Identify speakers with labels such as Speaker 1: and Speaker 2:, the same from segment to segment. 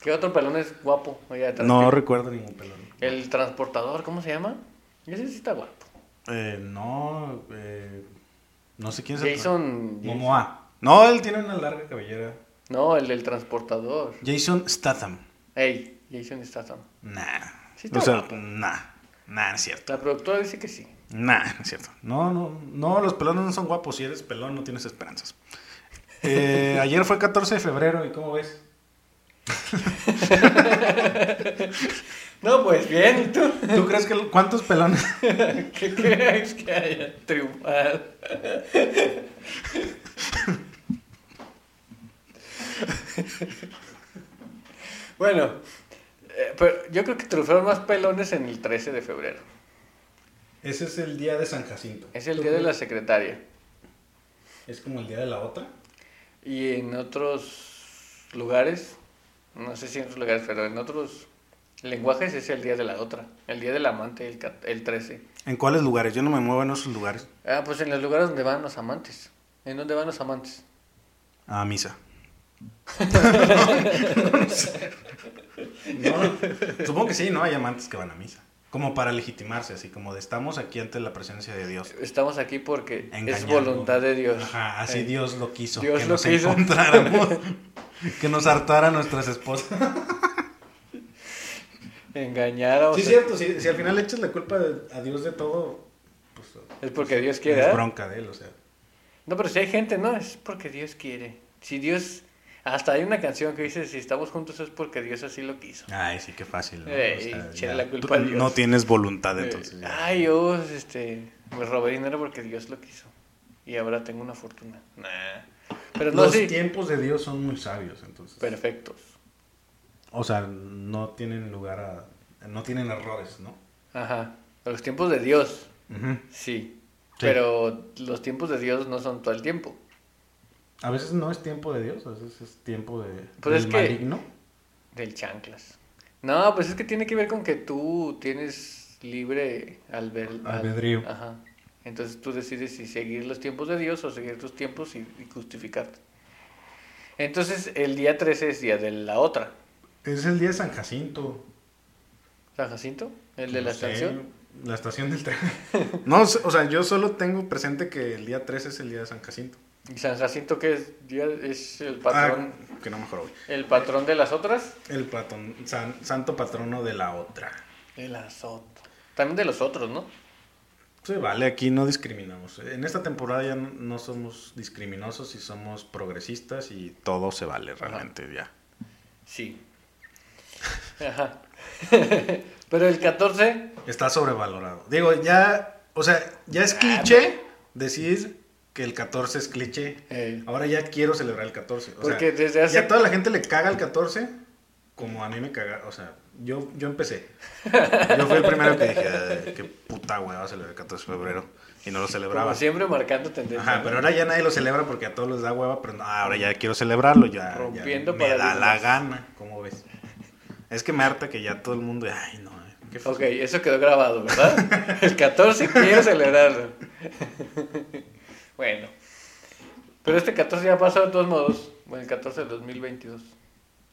Speaker 1: ¿Qué otro pelón es guapo? Oye, atrás
Speaker 2: No
Speaker 1: que-
Speaker 2: recuerdo ningún pelón.
Speaker 1: El transportador, ¿cómo se llama? Ese sí está guapo.
Speaker 2: Eh, no, eh, no sé quién es el-
Speaker 1: Jason.
Speaker 2: Momoa. No, él tiene una larga cabellera.
Speaker 1: No, el del transportador.
Speaker 2: Jason Statham.
Speaker 1: Ey, Jason Statham.
Speaker 2: Nah.
Speaker 1: Sí está
Speaker 2: o sea,
Speaker 1: guapo.
Speaker 2: nah. Nah, no es cierto.
Speaker 1: La productora dice que sí.
Speaker 2: Nah, no es cierto. No, no, no, los pelones no son guapos. Si eres pelón, no tienes esperanzas. Eh, ayer fue 14 de febrero, ¿y cómo ves?
Speaker 1: No, pues bien, ¿y tú?
Speaker 2: ¿Tú crees que cuántos pelones?
Speaker 1: ¿Qué crees que haya triunfado? bueno, eh, pero yo creo que triunfaron más pelones en el 13 de febrero.
Speaker 2: Ese es el día de San Jacinto.
Speaker 1: Es el día de la secretaria.
Speaker 2: ¿Es como el día de la otra?
Speaker 1: Y en otros lugares, no sé si en otros lugares, pero en otros lenguajes es el día de la otra. El día del amante, el, cat- el 13.
Speaker 2: ¿En cuáles lugares? Yo no me muevo en esos lugares.
Speaker 1: Ah, pues en los lugares donde van los amantes. ¿En dónde van los amantes?
Speaker 2: A misa. no, no sé. No, supongo que sí, ¿no? Hay amantes que van a misa. Como para legitimarse, así como de estamos aquí ante la presencia de Dios.
Speaker 1: Estamos aquí porque es
Speaker 2: Engañando.
Speaker 1: voluntad de Dios.
Speaker 2: Ajá, así
Speaker 1: Eh,
Speaker 2: Dios lo quiso.
Speaker 1: Dios
Speaker 2: que
Speaker 1: lo
Speaker 2: nos
Speaker 1: quiso.
Speaker 2: encontráramos. que nos hartara nuestras esposas.
Speaker 1: Engañar a
Speaker 2: Sí,
Speaker 1: otro.
Speaker 2: cierto, si, si al final echas la culpa de- a Dios de todo, pues
Speaker 1: Es ¿eh? porque Dios quiere.
Speaker 2: es
Speaker 1: ¿verdad?
Speaker 2: bronca de él, o sea.
Speaker 1: No, pero si hay gente, no, es porque Dios quiere. Si Dios. Hasta hay una canción que dice: Si estamos juntos es porque Dios así lo quiso.
Speaker 2: Ay, sí, qué fácil. ¿no?
Speaker 1: Ey, echarle la culpa a
Speaker 2: tú
Speaker 1: Dios.
Speaker 2: No tienes voluntad,
Speaker 1: Eh,
Speaker 2: entonces. ya.
Speaker 1: Ay, yo este, me robé dinero porque Dios lo quiso. Y ahora tengo una fortuna. Nah. Pero no,
Speaker 2: Los
Speaker 1: sí.
Speaker 2: tiempos de Dios son muy sabios, entonces.
Speaker 1: Perfectos.
Speaker 2: O sea, no tienen lugar a. No tienen errores, ¿no?
Speaker 1: Ajá. Los tiempos de Dios, sí. Pero los tiempos de Dios no son todo el tiempo.
Speaker 2: A veces no es tiempo de Dios, a veces es tiempo de.
Speaker 1: Pues
Speaker 2: del
Speaker 1: es que-
Speaker 2: maligno.
Speaker 1: Del chanclas. No, pues es que tiene que ver con que tú tienes libre albel- al-
Speaker 2: Albedrío.
Speaker 1: Ajá. Entonces tú decides si seguir los tiempos de Dios o seguir tus tiempos y, y justificarte. Entonces el día 13 es día de la otra.
Speaker 2: Es el día de San Jacinto.
Speaker 1: ¿San Jacinto? ¿El de
Speaker 2: No
Speaker 1: la
Speaker 2: sé,
Speaker 1: estación?
Speaker 2: La estación del tren. no, o sea, yo solo tengo presente que el día 3 es el día de San Jacinto.
Speaker 1: ¿Y San Jacinto que es? Día- ¿Es el patrón,
Speaker 2: Ah, que no me acuerdo.
Speaker 1: el patrón de las otras?
Speaker 2: El patrón, san- santo patrono de la otra.
Speaker 1: De las otras. También de los otros, ¿no?
Speaker 2: Sí, vale, aquí no discriminamos. En esta temporada ya no, no somos discriminosos y somos progresistas y todo se vale realmente ya.
Speaker 1: Sí. Ajá. Pero el 14,
Speaker 2: Está sobrevalorado. Digo, ya, o sea, ya es
Speaker 1: Ah,
Speaker 2: cliché decir que el 14 es cliché.
Speaker 1: eh,
Speaker 2: Ahora ya quiero celebrar el 14. O sea,
Speaker 1: Porque desde hace-
Speaker 2: Ya toda la gente le caga el 14 como a mí me caga. O sea, yo, yo empecé. Yo fui el primero que dije, "Ay, qué puta hueva celebrar el 14 de febrero. Y no lo celebraba.
Speaker 1: como siempre marcando tendencia.
Speaker 2: Ajá,
Speaker 1: ¿no?
Speaker 2: pero ahora ya nadie lo celebra porque a todos les da hueva, pero no, ah, ahora ya quiero celebrarlo, ya, ya
Speaker 1: Rompiendo
Speaker 2: me da
Speaker 1: paradigmas.
Speaker 2: la gana, ¿cómo ves? Es que me harta que ya todo el mundo, ay no, eh, qué feo.
Speaker 1: Ok, eso quedó grabado, ¿verdad? El 14 quiero celebrarlo. bueno. Pero este 14 ya pasó de todos modos. Bueno, el 14 del 2022.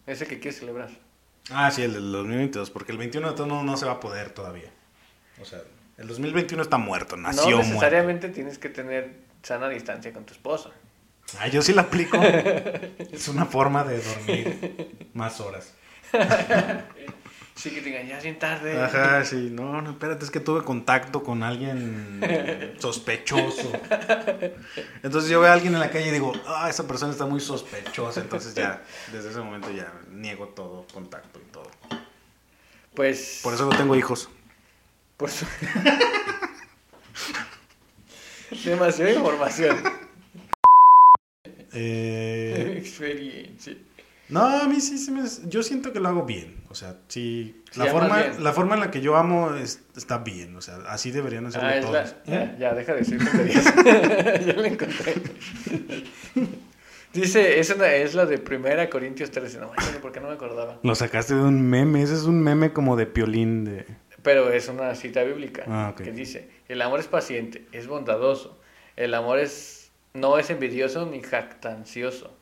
Speaker 1: Es el que quiere celebrar.
Speaker 2: Ah, sí, el del 2022, porque el 21 de todos modos no se va a poder todavía. O sea, el 2021 está muerto, nació
Speaker 1: no
Speaker 2: muerto.
Speaker 1: necesariamente tienes que tener sana distancia con tu esposa.
Speaker 2: Ah, yo sí la aplico. es una forma de dormir más horas.
Speaker 1: Sí, que te engañas bien tarde.
Speaker 2: Ajá, sí, no, no, espérate, es que tuve contacto con alguien eh, sospechoso. Entonces yo veo a alguien en la calle y digo, ah, esa persona está muy sospechosa. Entonces ya, desde ese momento ya niego todo contacto y todo.
Speaker 1: Pues.
Speaker 2: Por eso no tengo hijos.
Speaker 1: Por su... Demasiada información.
Speaker 2: Eh,
Speaker 1: Experiencia.
Speaker 2: no, a mí sí, se me, yo siento que lo hago bien. O sea, sí,
Speaker 1: Sí,
Speaker 2: la,
Speaker 1: amas
Speaker 2: forma,
Speaker 1: bien.
Speaker 2: la forma en la que yo amo es- está bien. O sea, así deberían hacerlo
Speaker 1: Ah, es
Speaker 2: todos.
Speaker 1: la...
Speaker 2: ¿Eh?
Speaker 1: ya, ya, deja de decir tonterías. ya la encontré. Dice, es, una- es la de Primera Corintios 13. No, ay, ¿por qué no me acordaba?
Speaker 2: Lo sacaste de un meme, ese es un meme como de piolín de...
Speaker 1: Pero es una cita bíblica
Speaker 2: Ah, ok.
Speaker 1: que dice, el amor es paciente, es bondadoso. El amor es no es envidioso ni jactancioso,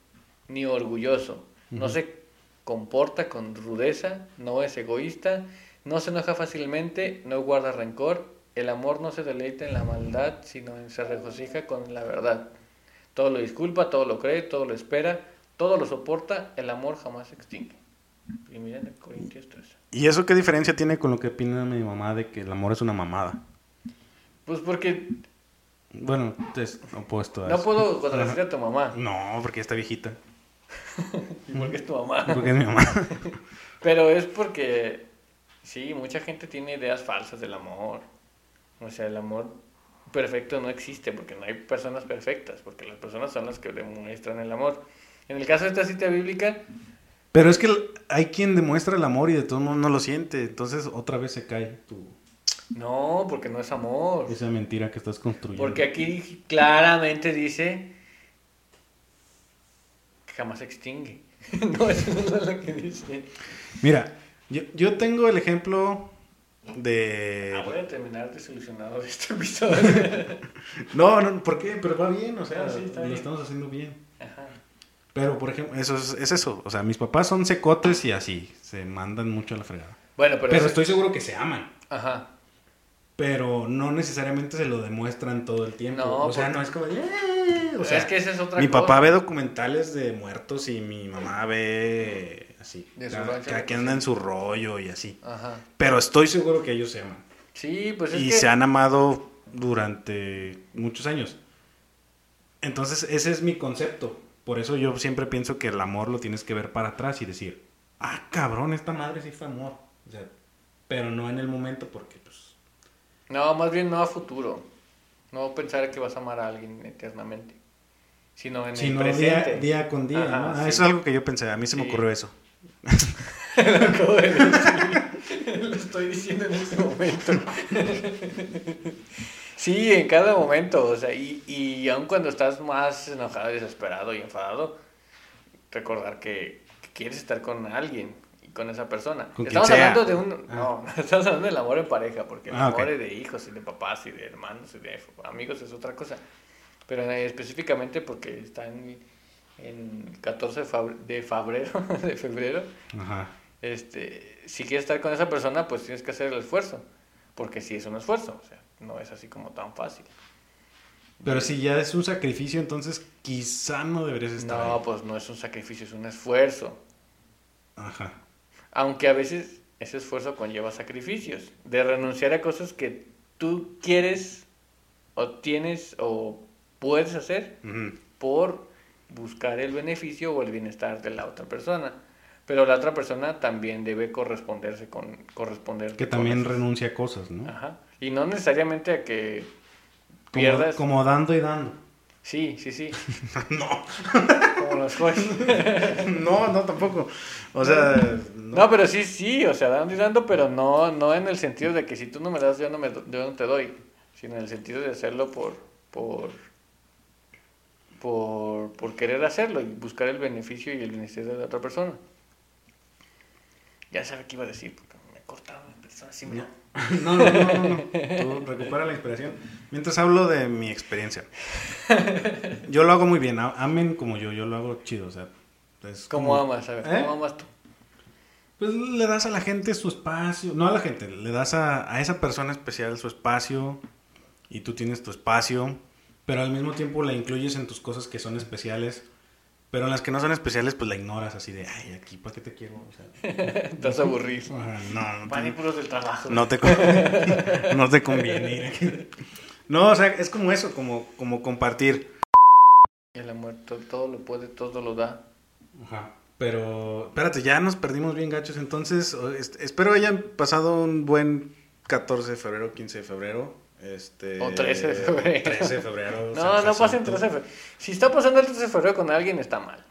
Speaker 1: ni orgulloso. No se comporta con rudeza, no es egoísta, no se enoja fácilmente, no guarda rencor, el amor no se deleita en la maldad, sino en se regocija con la verdad. Todo lo disculpa, todo lo cree, todo lo espera, todo lo soporta, el amor jamás se extingue. Primera de Corintios 13.
Speaker 2: ¿Y eso qué diferencia tiene con lo que opina mi mamá de que el amor es una mamada?
Speaker 1: Pues porque
Speaker 2: Bueno, es opuesto a
Speaker 1: no
Speaker 2: eso.
Speaker 1: puedo contradecir a tu mamá,
Speaker 2: No, porque está viejita.
Speaker 1: porque es tu mamá.
Speaker 2: Porque es mi mamá.
Speaker 1: Pero es porque, sí, mucha gente tiene ideas falsas del amor. O sea, el amor perfecto no existe porque no hay personas perfectas, porque las personas son las que demuestran el amor. En el caso de esta cita bíblica,
Speaker 2: Pero es que el- hay quien demuestra el amor y de todo mundo no lo siente. Entonces otra vez se cae tu,
Speaker 1: no, porque no es amor.
Speaker 2: esa mentira que estás construyendo.
Speaker 1: Porque aquí claramente dice que jamás se extingue. No, eso no es lo que dice.
Speaker 2: Mira, yo, yo tengo el ejemplo de...
Speaker 1: Ah, voy a terminar desilusionado de este episodio.
Speaker 2: No, no, ¿por qué? Pero va bien, o sea,
Speaker 1: Ah, sí, está
Speaker 2: lo
Speaker 1: bien.
Speaker 2: estamos haciendo bien.
Speaker 1: Ajá.
Speaker 2: Pero, por ejemplo, eso es, es eso. O sea, mis papás son secotes y así. Se mandan mucho a la fregada.
Speaker 1: Bueno, pero...
Speaker 2: Pero,
Speaker 1: eso-
Speaker 2: estoy seguro que se aman.
Speaker 1: Ajá.
Speaker 2: Pero no necesariamente se lo demuestran todo el tiempo.
Speaker 1: No,
Speaker 2: o sea,
Speaker 1: porque-
Speaker 2: no es como... "Eh", O sea,
Speaker 1: es que esa es otra
Speaker 2: mi
Speaker 1: cosa.
Speaker 2: papá ve documentales de muertos y mi mamá ve así.
Speaker 1: De su
Speaker 2: cada,
Speaker 1: rancho.
Speaker 2: cada quien anda en su rollo y así.
Speaker 1: Ajá.
Speaker 2: Pero estoy seguro que ellos se aman.
Speaker 1: Sí, pues es
Speaker 2: y
Speaker 1: que...
Speaker 2: se han amado durante muchos años. Entonces, ese es mi concepto. Por eso yo siempre pienso que el amor lo tienes que ver para atrás y decir, ah, cabrón, esta madre sí fue amor. O sea, pero no en el momento porque, pues,
Speaker 1: No, más bien no a futuro. No pensar que vas a amar a alguien eternamente. Sino en
Speaker 2: sino
Speaker 1: el presente.
Speaker 2: día, día con día.
Speaker 1: Ajá,
Speaker 2: ¿no? Ah,
Speaker 1: sí.
Speaker 2: Eso es algo que yo pensé, a mí se me
Speaker 1: Sí.
Speaker 2: ocurrió eso.
Speaker 1: Lo acabo de decir. Lo estoy diciendo en este momento. sí, en cada momento. O sea, y, y aun cuando estás más enojado, desesperado y enfadado, recordar que, que quieres estar con alguien y con esa persona.
Speaker 2: Con quien
Speaker 1: estamos
Speaker 2: sea.
Speaker 1: hablando de un. No, estamos hablando del amor en pareja, porque el
Speaker 2: Ah,
Speaker 1: amor
Speaker 2: ok.
Speaker 1: es de hijos y de papás y de hermanos y de amigos es otra cosa. Pero eh, específicamente porque está en, en 14 de fabr- de febrero, de febrero
Speaker 2: Ajá.
Speaker 1: este, si quieres estar con esa persona, pues tienes que hacer el esfuerzo, porque sí es un esfuerzo, o sea, no es así como tan fácil.
Speaker 2: Pero si ya es un sacrificio, entonces quizá no deberías estar.
Speaker 1: No,
Speaker 2: ahí.
Speaker 1: pues no es un sacrificio, es un esfuerzo. pues,
Speaker 2: Ajá.
Speaker 1: Aunque a veces ese esfuerzo conlleva sacrificios, de renunciar a cosas que tú quieres o tienes o puedes hacer
Speaker 2: Ujú.
Speaker 1: por buscar el beneficio o el bienestar de la otra persona. Pero la otra persona también debe corresponderse con corresponder
Speaker 2: Que también renuncia a cosas, ¿no?
Speaker 1: Ajá. Y no necesariamente a que
Speaker 2: Como,
Speaker 1: pierdas.
Speaker 2: como dando y dando.
Speaker 1: Sí, sí, sí.
Speaker 2: no.
Speaker 1: Como los jueces.
Speaker 2: No, no, tampoco. O sea,
Speaker 1: No. pero sí, sí. O sea, dando y dando, pero no, no en el sentido de que si tú no me das, yo no, me, do- yo no te doy. Sino en el sentido de hacerlo por. por por, por querer hacerlo y buscar el beneficio y el bienestar de la otra persona. Ya sabía qué iba a decir, porque me cortaron las personas. sí, mira.
Speaker 2: No, no, no, no, no. Tú recupera la inspiración. Mientras hablo de mi experiencia. Yo lo hago muy bien. a- Amen como yo, yo lo hago chido. O sea, es
Speaker 1: ¿Cómo
Speaker 2: como-
Speaker 1: amas? A ver,
Speaker 2: ¿Eh?
Speaker 1: ¿cómo amas tú?
Speaker 2: Pues le das a la gente su espacio. No a la gente, le das a, a esa persona especial su espacio. Y tú tienes tu espacio. Pero al mismo tiempo la incluyes en tus cosas que son especiales. Pero en las que no son especiales, pues la ignoras así de, ay, aquí, ¿para qué te quiero? O sea,
Speaker 1: Estás aburrido.
Speaker 2: ajá, no, no, te-
Speaker 1: Manipulos del trabajo.
Speaker 2: No te, con- no te conviene ir aquí. No, o sea, es como eso, como, como compartir.
Speaker 1: El amor to- todo lo puede, todo lo da.
Speaker 2: Ajá. Pero, espérate, ya nos perdimos bien gachos. Entonces, o- est- espero hayan pasado un buen 14 de febrero, 15 de febrero. Este,
Speaker 1: O 13 de febrero.
Speaker 2: 13 de febrero.
Speaker 1: No,
Speaker 2: San
Speaker 1: no pasen
Speaker 2: Jacinto.
Speaker 1: 13 de febrero. Si está pasando el 13 de febrero con alguien, está mal.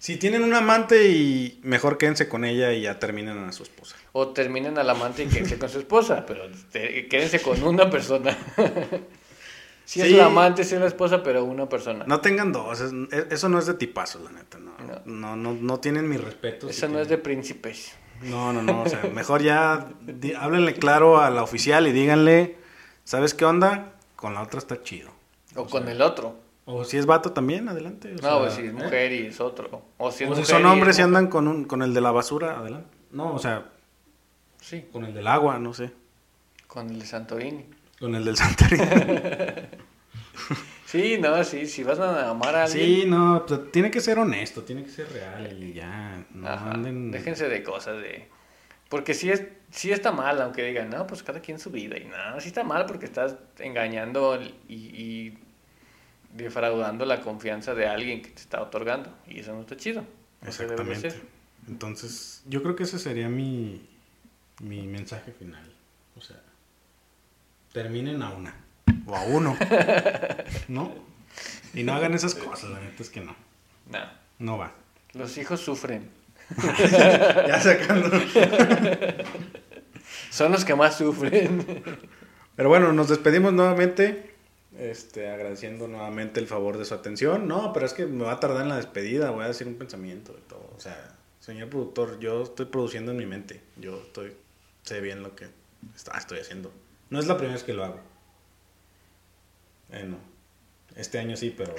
Speaker 2: Si tienen un amante y mejor quédense con ella y ya terminen a su esposa.
Speaker 1: O terminen al amante y quédense con su esposa, pero te- quédense con una persona. Si es
Speaker 2: Sí.
Speaker 1: la amante, si es la esposa, pero una persona.
Speaker 2: No tengan dos, es- es- eso no es de tipazo, la neta. No,
Speaker 1: No.
Speaker 2: no, no, no tienen mi respeto. si
Speaker 1: Eso no
Speaker 2: tienen-
Speaker 1: es de príncipes.
Speaker 2: No, no, no. O sea, mejor ya di- háblenle claro a la oficial y díganle, ¿sabes qué onda? Con la otra está chido.
Speaker 1: O con el otro.
Speaker 2: O O si es vato también, adelante. o sea, ¿eh?
Speaker 1: No, pues si es mujer y es otro. O si, es
Speaker 2: O si
Speaker 1: mujer
Speaker 2: son
Speaker 1: y es
Speaker 2: hombres y
Speaker 1: mujer.
Speaker 2: andan con, un, con el de la basura, adelante. No, o sea,
Speaker 1: Sí,
Speaker 2: con el del agua, no sé.
Speaker 1: con el de Santorini.
Speaker 2: Con el del Santorini.
Speaker 1: Sí, no, sí, si vas a amar a alguien.
Speaker 2: sí, no, pues, tiene que ser honesto, tiene que ser real y ya. No
Speaker 1: ajá,
Speaker 2: anden.
Speaker 1: Déjense de cosas de. Porque sí, es, sí está mal, aunque digan, no, pues cada quien su vida. Y nada, sí está mal porque estás engañando el- y, y defraudando la confianza de alguien que te está otorgando. Y eso no está chido. No se debe de
Speaker 2: Exactamente.
Speaker 1: hacer.
Speaker 2: Entonces, yo creo que ese sería mi, mi mensaje final. O sea, terminen a una o a uno, ¿no? Y no hagan esas cosas, la neta es que no,
Speaker 1: No,
Speaker 2: no va.
Speaker 1: los hijos sufren.
Speaker 2: Ya sacando.
Speaker 1: Son los que más sufren.
Speaker 2: Pero bueno, nos despedimos nuevamente. Este, agradeciendo nuevamente el favor de su atención. No, pero es que me va a tardar en la despedida. Voy a decir un pensamiento de todo. O sea, señor productor, yo estoy produciendo en mi mente. Yo estoy, sé bien lo que está, estoy haciendo. No es la primera vez que lo hago. Eh, no. Este año sí, pero.